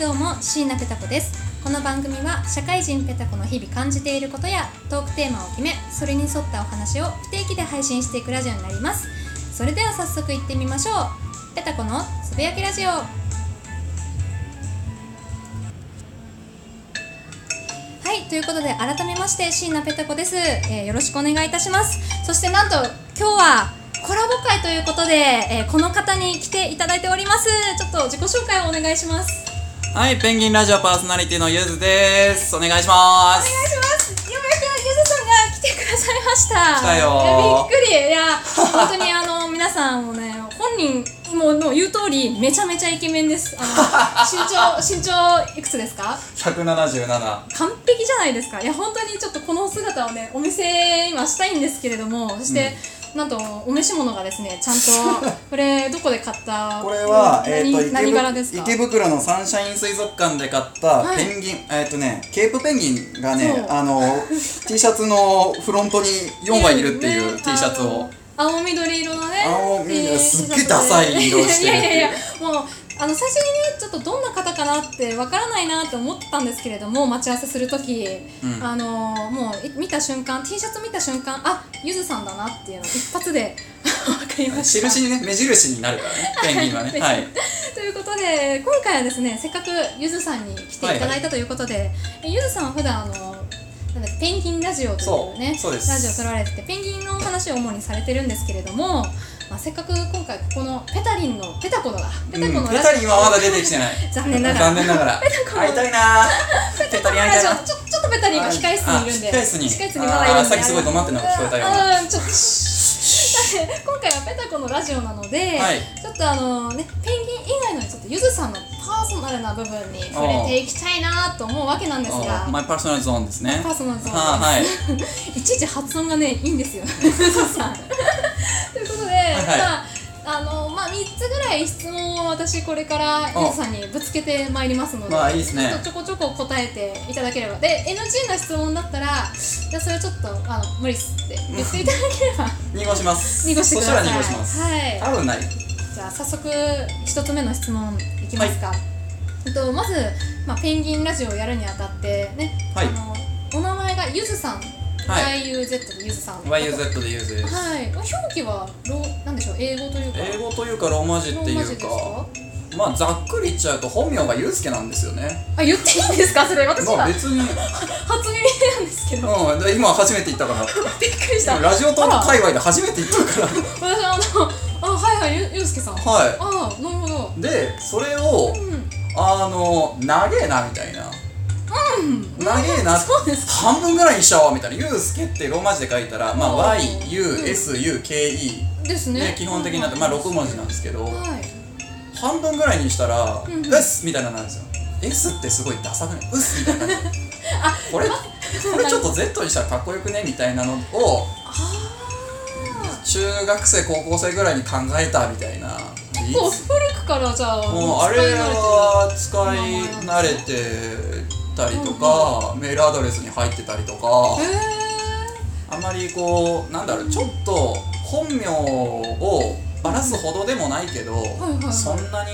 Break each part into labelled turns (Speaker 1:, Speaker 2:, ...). Speaker 1: どうも椎名ペタ子ですこの番組は社会人ペタ子の日々感じていることやトークテーマを決めそれに沿ったお話を不定期で配信していくラジオになりますそれでは早速行ってみましょうペタ子のつぶやきラジオはいということで改めまして椎名ペタ子です、えーよろしくお願いいたしますそしてなんと今日はコラボ会ということで、えーこの方に来ていただいておりますちょっと自己紹介をお願いします
Speaker 2: はい、ペンギンラジオパーソナリティのゆずです。お願いしま
Speaker 1: お願いし
Speaker 2: す。
Speaker 1: ます。ようやくゆずさんが来てくださいました。
Speaker 2: 来たよ
Speaker 1: いやびっくり。い や、本当にあの、皆さんもね、本人もの言う通り、めちゃめちゃイケメンです。あ の、身長、身長いくつですか
Speaker 2: 177。
Speaker 1: 完璧じゃないですか。いや、本当にちょっとこのお姿をね、お見せ今したいんですけれども、そして、なんとお召し物がですねちゃんとこれどこで買った
Speaker 2: これは、え
Speaker 1: 何,、
Speaker 2: ー、と池
Speaker 1: 何柄
Speaker 2: 袋
Speaker 1: ですか
Speaker 2: 池袋のサンシャイン水族館で買った
Speaker 1: はい
Speaker 2: ペンギン、えっ、とねケープペンギンが
Speaker 1: そう
Speaker 2: ねあの T シャツのフロントに4羽いるっていう
Speaker 1: ね
Speaker 2: T シャツ
Speaker 1: あ
Speaker 2: を
Speaker 1: の。青緑色のね
Speaker 2: 青緑
Speaker 1: T
Speaker 2: すっげえダサい色してるって
Speaker 1: い
Speaker 2: いう
Speaker 1: やいやいやもうあの最初にねちょっとどんな方かなってわからないなって思ってたんですけれども待ち合わせする時、
Speaker 2: うん
Speaker 1: あのーもうい見た瞬間 T シャツ見た瞬間あゆずさんだなっていうの一発で わかりました
Speaker 2: 印にね目印になるからねペンギ ンはねはい
Speaker 1: ということで今回はですねせっかくゆずさんに来ていただいたということで、えゆずさんは普段あのなんだペンギンラジオというね
Speaker 2: そうそうです
Speaker 1: ラジオ撮られててペンギンの話を主にされてるんですけれども、まあ、せっかく今回ここのペタリンのペタコのだペタコ
Speaker 2: うん
Speaker 1: の
Speaker 2: ペ
Speaker 1: ラ
Speaker 2: タ
Speaker 1: ジオ、
Speaker 2: リンはまだ出てきてない
Speaker 1: 残念ながら
Speaker 2: 残念ながら会いたいなーペタリン会い
Speaker 1: ラ
Speaker 2: たい
Speaker 1: ジオ
Speaker 2: な
Speaker 1: ちょちょっとペタリンが控え室にいるんで
Speaker 2: あ控え室
Speaker 1: 控
Speaker 2: に
Speaker 1: え室にまだいるんで
Speaker 2: あーさっきすごい怒鳴ってんのが聞こえたような
Speaker 1: あーちょっと シュッ今回はペタコのラジオなので、
Speaker 2: はい
Speaker 1: ちょっとあのねペンギン以外のちょっとゆずさんのパーソナルな部分に触れていきたいなと思うわけなんですが
Speaker 2: おマイパーソナルゾーンですね
Speaker 1: パーソナルゾーンです
Speaker 2: あはい
Speaker 1: いちいち発音がねいいんですよゆずさんということで、
Speaker 2: いはい
Speaker 1: まああのまあ、3つぐらい質問を私これから
Speaker 2: お
Speaker 1: ゆずさんにぶつけてまいりますので、
Speaker 2: まあいいですね
Speaker 1: ちょっとちょこちょこ答えていただければで NG な質問だったらじゃあそれはちょっとあの無理っすって言っていただけ れば
Speaker 2: 濁します
Speaker 1: 濁してください
Speaker 2: そしたら濁します、
Speaker 1: はい
Speaker 2: 多分ない
Speaker 1: じゃあ早速一つ目の質問いきますか、えっとまず、まあ、ペンギンラジオをやるにあたってね、
Speaker 2: はい
Speaker 1: あのお名前がゆずさん、
Speaker 2: は
Speaker 1: YUZ でゆずさん
Speaker 2: YUZ でゆずです
Speaker 1: はい表記はローなんでしょう英語というか
Speaker 2: 英語というかローマ字って
Speaker 1: ローマ
Speaker 2: い
Speaker 1: 字
Speaker 2: う
Speaker 1: です
Speaker 2: か
Speaker 1: か
Speaker 2: まあざっくり言っちゃうと本名がゆうすけなんですよね
Speaker 1: あ言っていいんです かそれ私
Speaker 2: ま
Speaker 1: は
Speaker 2: あ別に、うん、
Speaker 1: 初耳なんですけど
Speaker 2: で今初めて言ったから
Speaker 1: びっくりした
Speaker 2: 今ラジオトーク界隈で初めて言ったから
Speaker 1: 私はあのあはいはいゆゆうすけさんあ
Speaker 2: は
Speaker 1: あなるほど
Speaker 2: いでそれを
Speaker 1: うん
Speaker 2: あの長えなみたいな
Speaker 1: うん
Speaker 2: 長えな
Speaker 1: そうです
Speaker 2: 半分ぐらいにしちゃおうみたいなゆうすけってローマ字で書いたらまあ
Speaker 1: うん
Speaker 2: YUSUKE
Speaker 1: ですね
Speaker 2: で基本的になってまあ6文字なんですけど
Speaker 1: はい
Speaker 2: 半分ぐらいにしたら「
Speaker 1: うん
Speaker 2: うっす」みたいなのなんですよ「S」ってすごいダサくないうっす」みたいな感じこれこれちょっと Z にしたらかっこよくねみたいなのを
Speaker 1: あ
Speaker 2: 中学生高校生ぐらいに考えたみたい
Speaker 1: あ
Speaker 2: ない
Speaker 1: もう
Speaker 2: つ
Speaker 1: 古くからじゃあ
Speaker 2: もうあれは使い慣れてたりとかメールアドレスに入ってたりとか
Speaker 1: へえ
Speaker 2: あまりこうなんだろうちょっと本名をばらすほどでもないけど、
Speaker 1: いはい
Speaker 2: そんなに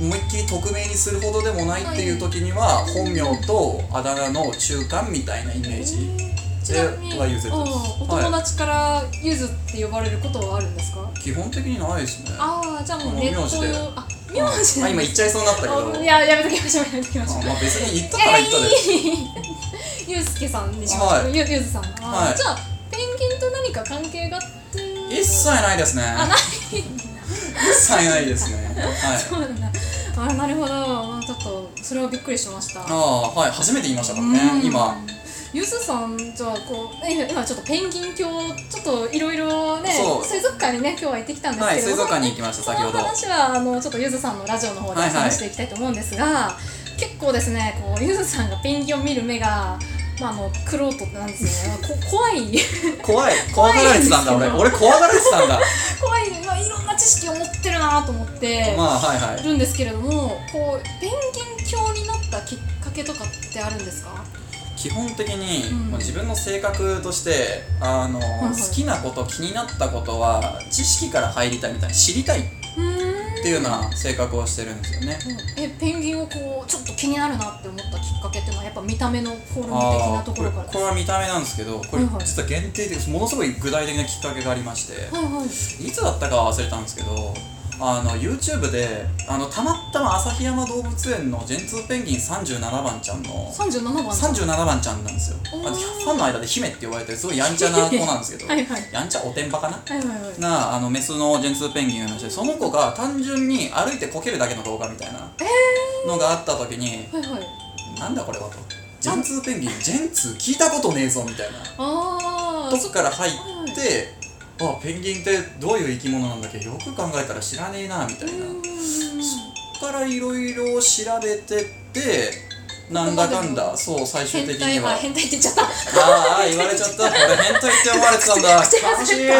Speaker 2: 思いっきり匿名にするほどでもないっていう時には、本名とあだ名の中間みたいなイメージ、
Speaker 1: ちなみに
Speaker 2: で
Speaker 1: う
Speaker 2: は
Speaker 1: ん
Speaker 2: ゆずです
Speaker 1: お友達からゆずって呼ばれることはあるんですか、
Speaker 2: 基本的にないですねあ
Speaker 1: ああじゃあもう
Speaker 2: もう
Speaker 1: ネッ
Speaker 2: 名
Speaker 1: ト
Speaker 2: 字で
Speaker 1: 用あ名字
Speaker 2: まあ今言っちゃいそうになったけど
Speaker 1: あいややめときましょうやめときましょう
Speaker 2: あまあ、別に言ったから言ったで、
Speaker 1: ゆうすけさんにしましょう、
Speaker 2: はい
Speaker 1: ゆゆずさんあー
Speaker 2: はい
Speaker 1: じゃあペンギンと何か関係があって
Speaker 2: 一切ないですね
Speaker 1: あない
Speaker 2: 一切ないですねは い
Speaker 1: そうなんだあーなるほどちょっとそれはびっくりしました
Speaker 2: ああはい初めて言いましたから
Speaker 1: うん
Speaker 2: ね今
Speaker 1: ゆずさんじゃあこうえ今ちょっとペンギン鏡ちょっといろいろね
Speaker 2: そう
Speaker 1: 水族館にね今日は行ってきたんですけど、
Speaker 2: はい水族館に行きました
Speaker 1: その
Speaker 2: 先ほど
Speaker 1: 話はあのちょっとゆずさんのラジオの方で
Speaker 2: はいはい
Speaker 1: 話していきたいと思うんですが、結構ですねこうゆずさんがペンギンを見る目がまああのクロートなんですよね こ怖い
Speaker 2: 怖い怖がられてたんだ
Speaker 1: 怖い
Speaker 2: 俺
Speaker 1: んですけど
Speaker 2: 俺怖がられて たんだ
Speaker 1: 怖い、まあ、いろんな知識を持ってるなと思って
Speaker 2: まあはいはい
Speaker 1: るんですけれどもこうペンギン鏡になったきっかけとかってあるんですか
Speaker 2: 基本的に、
Speaker 1: うん
Speaker 2: まあ自分の性格としてあの、
Speaker 1: はい
Speaker 2: 好きなこと気になったことは知識から入りたいみたいな知りたいっ
Speaker 1: うーん
Speaker 2: っていうような性格をしてるんですよね
Speaker 1: えペンギンをこうちょっと気になるなって思ったきっかけっていうのはやっぱ見た目のフォルム的な
Speaker 2: ああ
Speaker 1: とこ
Speaker 2: ーこ
Speaker 1: ろ
Speaker 2: れ
Speaker 1: からで
Speaker 2: こ
Speaker 1: す
Speaker 2: れは見た目なんですけどこれ
Speaker 1: はいはい
Speaker 2: 実は限定でものすごい具体的なきっかけがありまして、
Speaker 1: はいはい
Speaker 2: いつだったかは忘れたんですけどあの YouTube であのたまたま旭山動物園のジェンツーペンギン37番ちゃんの
Speaker 1: 37番
Speaker 2: 37番ちゃんなんですよあ
Speaker 1: おー
Speaker 2: のファンの間で姫って呼ばれてるすごいやんちゃな子なんですけど
Speaker 1: はいはい
Speaker 2: やんちゃおてんばかな
Speaker 1: はいはいはい
Speaker 2: なあのメスのジェンツーペンギンがいましてその子が単純に歩いてこけるだけの動画みたいなのがあった時に、
Speaker 1: はいはい
Speaker 2: なんだこれはとジェンツーペンギンジェンツー聞いたことねえぞみたいな
Speaker 1: あ
Speaker 2: と
Speaker 1: あ
Speaker 2: こから入って、あペンギンってどういう生き物なんだっけよく考えたら知らねえなみたいな、そっからいろいろ調べてってなんだかんだそう最終
Speaker 1: 変
Speaker 2: 的
Speaker 1: 態
Speaker 2: には
Speaker 1: は変態って言っちゃった
Speaker 2: ああ言われちゃったこれ変態って思われてた んだ
Speaker 1: 口
Speaker 2: 悲しい
Speaker 1: 口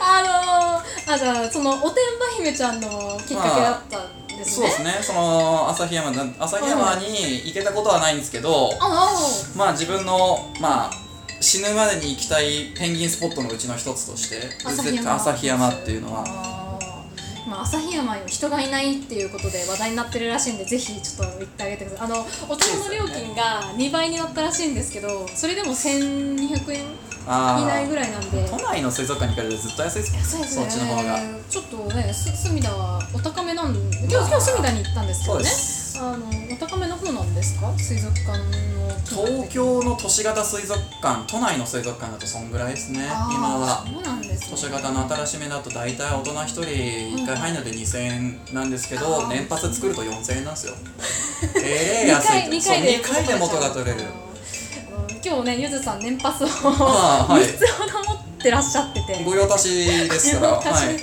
Speaker 1: あのー、あじゃあそのおてんば姫ちゃんのきっかけだったんです
Speaker 2: そう
Speaker 1: ね、
Speaker 2: ですねその旭山だ旭山に行けたことはないんですけど、
Speaker 1: あ
Speaker 2: まあ自分のまあ死ぬまでに行きたいペンギンスポットのうちの一つとして
Speaker 1: 旭
Speaker 2: 絶
Speaker 1: 山
Speaker 2: 対旭山っていうのは
Speaker 1: あー今旭山に人がいないっていうことで話題になってるらしいんでぜひちょっと行ってあげてくださいあのお茶の料金が2倍になったらしいんですけどそれでも1200円
Speaker 2: あー
Speaker 1: 以内ぐらいなんで
Speaker 2: 都内の水族館に行かれてずっと安いです
Speaker 1: そうですね
Speaker 2: っちの方が
Speaker 1: ちょっとねす隅田はお高めなんで今日今日隅田に行ったんですけ
Speaker 2: そ
Speaker 1: ど
Speaker 2: う
Speaker 1: ね
Speaker 2: です
Speaker 1: あのお高めの方なんですか水族館の
Speaker 2: 東京の都市型水族館都内の水族館だとそんぐらいですね今
Speaker 1: あ
Speaker 2: は
Speaker 1: ーそうなんです、ね、
Speaker 2: 都市型の新しめだと大体大人1人1回入るので2000円なんですけ
Speaker 1: あ
Speaker 2: ど
Speaker 1: ー
Speaker 2: 年パス作ると4000円なんですよええ
Speaker 1: 二
Speaker 2: 安
Speaker 1: 回
Speaker 2: い
Speaker 1: 二
Speaker 2: そう
Speaker 1: 回で
Speaker 2: 2回で元が取れる
Speaker 1: あの今日ねゆずさん年パスを
Speaker 2: あーはい
Speaker 1: 3つほど持ってらっしゃってて
Speaker 2: 御用達です から
Speaker 1: 私
Speaker 2: はい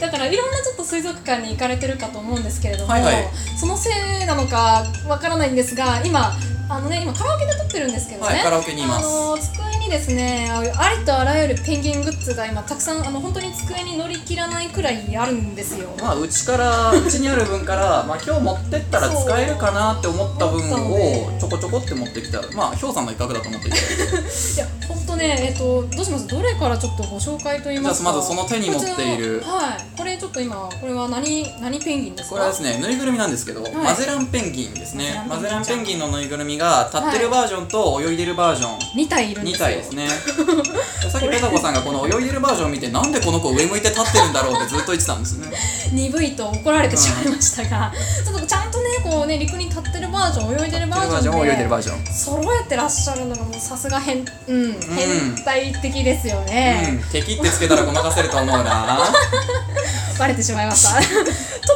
Speaker 1: だからいろんなちょっと水族館に行かれてるかと思うんですけれども、
Speaker 2: はいはい
Speaker 1: そのせいなのかわからないんですが今あのね今カラオケで撮ってるんですけどね、
Speaker 2: はいカラオケにいます
Speaker 1: あの机にですねあありとあらゆるペンギングッズが今たくさんあの本当に机に乗り切らないくらいあるんですよ
Speaker 2: まあうちからうちにある分から、まあ、今日持ってったら使えるかなって思った分
Speaker 1: そう思ったん
Speaker 2: を
Speaker 1: で
Speaker 2: ちょこちょこって持ってきたまあ氷さんの威嚇だと思ってきた
Speaker 1: いや本当ねえっ、とどうしますどれからちょっとご紹介と言いますか
Speaker 2: じゃあまずその手に持っている
Speaker 1: こちらのはいこれちょっと今これは何何ペンギンですか
Speaker 2: これはですねぬいぐるみなんですけど、マゼランペンギンですね
Speaker 1: マ
Speaker 2: マゼ
Speaker 1: ゼ
Speaker 2: ラ
Speaker 1: ラ
Speaker 2: ン
Speaker 1: ン
Speaker 2: ペ
Speaker 1: ペ
Speaker 2: ン
Speaker 1: ン
Speaker 2: ギ
Speaker 1: ギ
Speaker 2: ンのぬいぐるみが立ってるバージョンと泳いでるバージョン、
Speaker 1: 2体いるんで
Speaker 2: 2
Speaker 1: すよ
Speaker 2: 体ですね さっきペタコさんがこの泳いでるバージョンを見てなんでこの子上向いて立ってるんだろうってずっと言ってたんですね
Speaker 1: 鈍いと怒られてしまいましたが、ちょっとちゃんとねこうね陸に立ってるバージョン泳いでるバージョンで
Speaker 2: 泳いでるバージョン
Speaker 1: 揃えてらっしゃるのがもうさすが変うん
Speaker 2: ん
Speaker 1: 変態的ですよね、
Speaker 2: うん敵ってつけたらごまかせると思うな
Speaker 1: バレてしまいました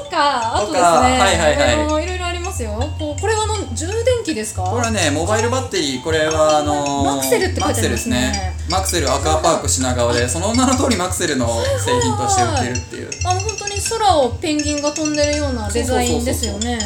Speaker 1: とかあとです
Speaker 2: と
Speaker 1: ね、
Speaker 2: かはいはいはい
Speaker 1: あのいろいろありますよこうこれはの充電器ですか
Speaker 2: これはねモバイルバッテリーこれはあのー、
Speaker 1: マクセルって書いてありますね
Speaker 2: マクセルですねマクセルアクアパーク品川でその名の通りマクセルの製品として売ってるっていう
Speaker 1: あの本当に空をペンギンが飛んでるようなデザインですよね。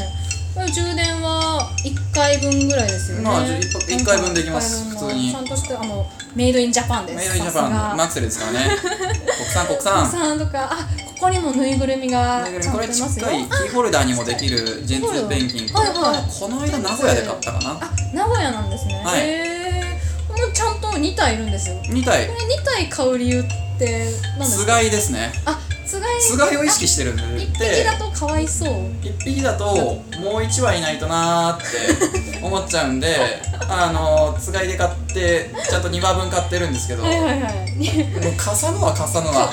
Speaker 1: これ充電は1回分ぐらいですよね。
Speaker 2: まあじゅ一一回分できます
Speaker 1: 一回分の
Speaker 2: 普通に
Speaker 1: ちゃんとしてあのメイドインジャパンです。
Speaker 2: メイドインジャパンのマ
Speaker 1: さ
Speaker 2: クセルですからね国産国
Speaker 1: すが
Speaker 2: 産
Speaker 1: さんとかあここにもぬいぐるみが
Speaker 2: ぬいぐる
Speaker 1: ちゃん
Speaker 2: みことれ
Speaker 1: いま
Speaker 2: ちっ
Speaker 1: すよ
Speaker 2: か。いキーホルダーにもできるジェンツーペンギン
Speaker 1: はいは
Speaker 2: この間名古屋で買ったかな
Speaker 1: あ名古屋なんですね。
Speaker 2: はい
Speaker 1: へえ。もうちゃんと2体いるんですよ。こ
Speaker 2: 2体
Speaker 1: れ2体買う理由って何です
Speaker 2: つ
Speaker 1: か。
Speaker 2: がいですね
Speaker 1: あつがい。
Speaker 2: つがいを意識してるんで
Speaker 1: 一匹だとかわいそう。
Speaker 2: 1匹だともう1羽いないとなーって思っちゃうんで あのつがいで買ってちゃんと2羽分買ってるんですけども
Speaker 1: はいうはいはい。
Speaker 2: かさぬはかさぬは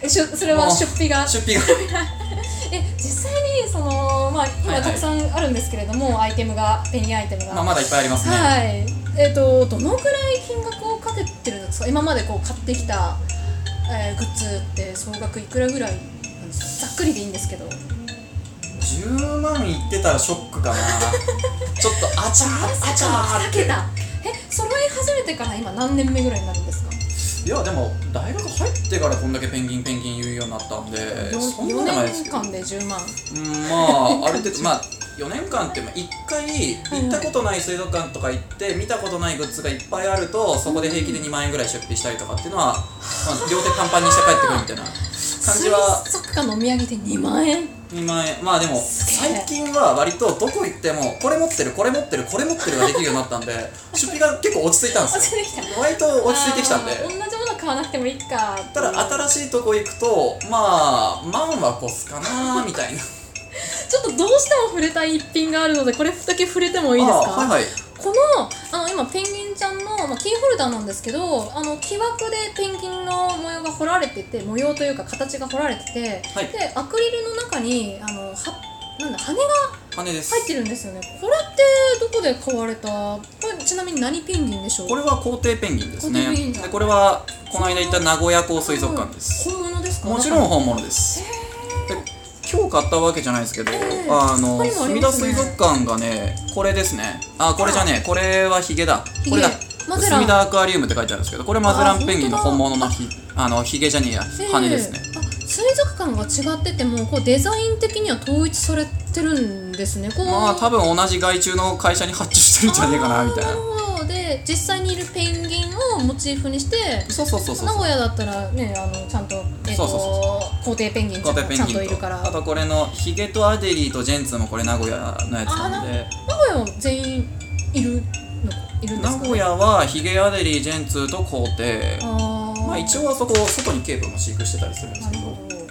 Speaker 1: えしゅそれは出費が。
Speaker 2: 出費が
Speaker 1: え実際にその、まあ、
Speaker 2: はいは
Speaker 1: 今
Speaker 2: い
Speaker 1: たくさんあるんですけれども、アイテムがペンギンアイテムが、
Speaker 2: まあまだいっぱいありますね
Speaker 1: はいえっ、とどのくらい金額をかけてるんですか今までこう買ってきた、えーグッズって総額いくらぐらいなんですかざっくりでいいんですけど
Speaker 2: 10万いってたらショックかなちょっとあちゃーあちゃーって
Speaker 1: けたえ揃い始めてから今何年目ぐらいになるんですか
Speaker 2: いやでも大学入ってからこんだけペンギンペンギン言うようになったんで
Speaker 1: よ
Speaker 2: そん
Speaker 1: 4
Speaker 2: なでもないですけ
Speaker 1: 年
Speaker 2: ど
Speaker 1: 間で10万
Speaker 2: うんまあある程 度まあ4年間ってまあ1回行ったことない水族館とか行って見たことないグッズがいっぱいあるとそこで平気で2万円ぐらい出費したりとかっていうのは、まあ、両手パンパンにして帰ってくるみたいな感じは
Speaker 1: 水族館のお土産で2万円
Speaker 2: 2万円まあでも
Speaker 1: すげえ
Speaker 2: 最近は割とどこ行ってもこれ持ってるこれ持ってるこれ持ってるができるようになったんで出費が結構落ち着いたん で
Speaker 1: 落
Speaker 2: す
Speaker 1: ちてきた
Speaker 2: よ割と落ち着いてきたんで
Speaker 1: あー同じもの買わなくてもいいか
Speaker 2: ただ新しいとこ行くとまあ万は越すかなみたいな
Speaker 1: ちょっとどうしても触れたい一品があるのでこれだけ触れてもいいですか
Speaker 2: あはいはい
Speaker 1: このあの今ペンギンちゃんの、まあ、キーホルダーなんですけどあの木枠でペンギンの模様が彫られてて模様というか形が彫られてて、
Speaker 2: はい
Speaker 1: でアクリルの中にあのはなんだ羽が
Speaker 2: 羽です
Speaker 1: 入ってるんですよねこれってどこで買われたこれちなみに何ペンギンでしょう
Speaker 2: これは皇帝ペンギンです
Speaker 1: 皇帝ペンギン
Speaker 2: ね
Speaker 1: だ
Speaker 2: でこれはこの間行った名古屋港水族館です
Speaker 1: 本物ですか
Speaker 2: もちろ
Speaker 1: ん
Speaker 2: ん本物ですで今日買ったわけじゃないですけど、
Speaker 1: ええ
Speaker 2: あの
Speaker 1: 他にもあり
Speaker 2: 墨
Speaker 1: ま
Speaker 2: 田
Speaker 1: すね
Speaker 2: 水族館がねこれですねあこれじゃねえこれはヒゲだこれだ
Speaker 1: マゼラン
Speaker 2: 墨田アクアリウムって書いてあるんですけどこれマゼランペンギンの
Speaker 1: あ本
Speaker 2: 本
Speaker 1: 当だ
Speaker 2: 物のひあのヒゲじゃねえや
Speaker 1: ええ
Speaker 2: 羽ですね
Speaker 1: あ水族館が違っててもこうデザイン的には統一されてるんですねこう
Speaker 2: まあ多分同じ外注の会社に発注してるんじゃねえかなみたい
Speaker 1: あーな
Speaker 2: な
Speaker 1: るほどで実際にいるペンギンをモチーフにして
Speaker 2: そうそうそうそう
Speaker 1: 名古屋だったらねあのちゃんと,、えっ
Speaker 2: そ
Speaker 1: と
Speaker 2: うそう
Speaker 1: 皇帝ペンギンちゃ
Speaker 2: コ
Speaker 1: ん
Speaker 2: テペン
Speaker 1: ちゃん
Speaker 2: ギ
Speaker 1: とい
Speaker 2: ン
Speaker 1: る
Speaker 2: と
Speaker 1: から
Speaker 2: あとこれのヒゲとアデリーとジェンツもこれ名古屋のやつなんで
Speaker 1: 名古屋は全員いるのいるんで
Speaker 2: 名
Speaker 1: すか、ね、
Speaker 2: 古屋はヒゲアデリージェンツと皇帝
Speaker 1: あー
Speaker 2: まあ一応あそこ外にケープも飼育してたりするんです
Speaker 1: な
Speaker 2: け
Speaker 1: る
Speaker 2: ど
Speaker 1: ほど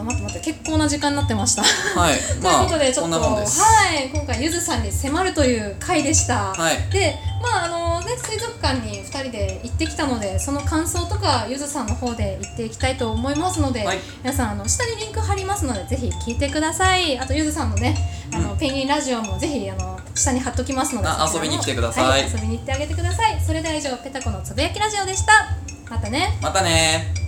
Speaker 1: あ待って待って結構な時間になってました
Speaker 2: はい
Speaker 1: と
Speaker 2: ま
Speaker 1: いうことで
Speaker 2: あ
Speaker 1: ちょ
Speaker 2: こ
Speaker 1: っ
Speaker 2: ん
Speaker 1: と
Speaker 2: なもんです
Speaker 1: はい今回ゆずさんに迫るという回でした、
Speaker 2: はい
Speaker 1: でまああのね水族館に2人で行ってきたのでその感想とかゆずさんの方で言っていきたいと思いますので、
Speaker 2: はい
Speaker 1: 皆さんあの下にリンク貼りますのでぜひ聞いてくださいあとゆずさんのねあの、
Speaker 2: う
Speaker 1: ペンギンラジオもぜひあの下に貼っときますので
Speaker 2: あ
Speaker 1: そちらも
Speaker 2: 遊びに来てください
Speaker 1: はい、遊びに行ってあげてくださいそれでは以上ペタコのつぶやきラジオでしたまたね
Speaker 2: またねー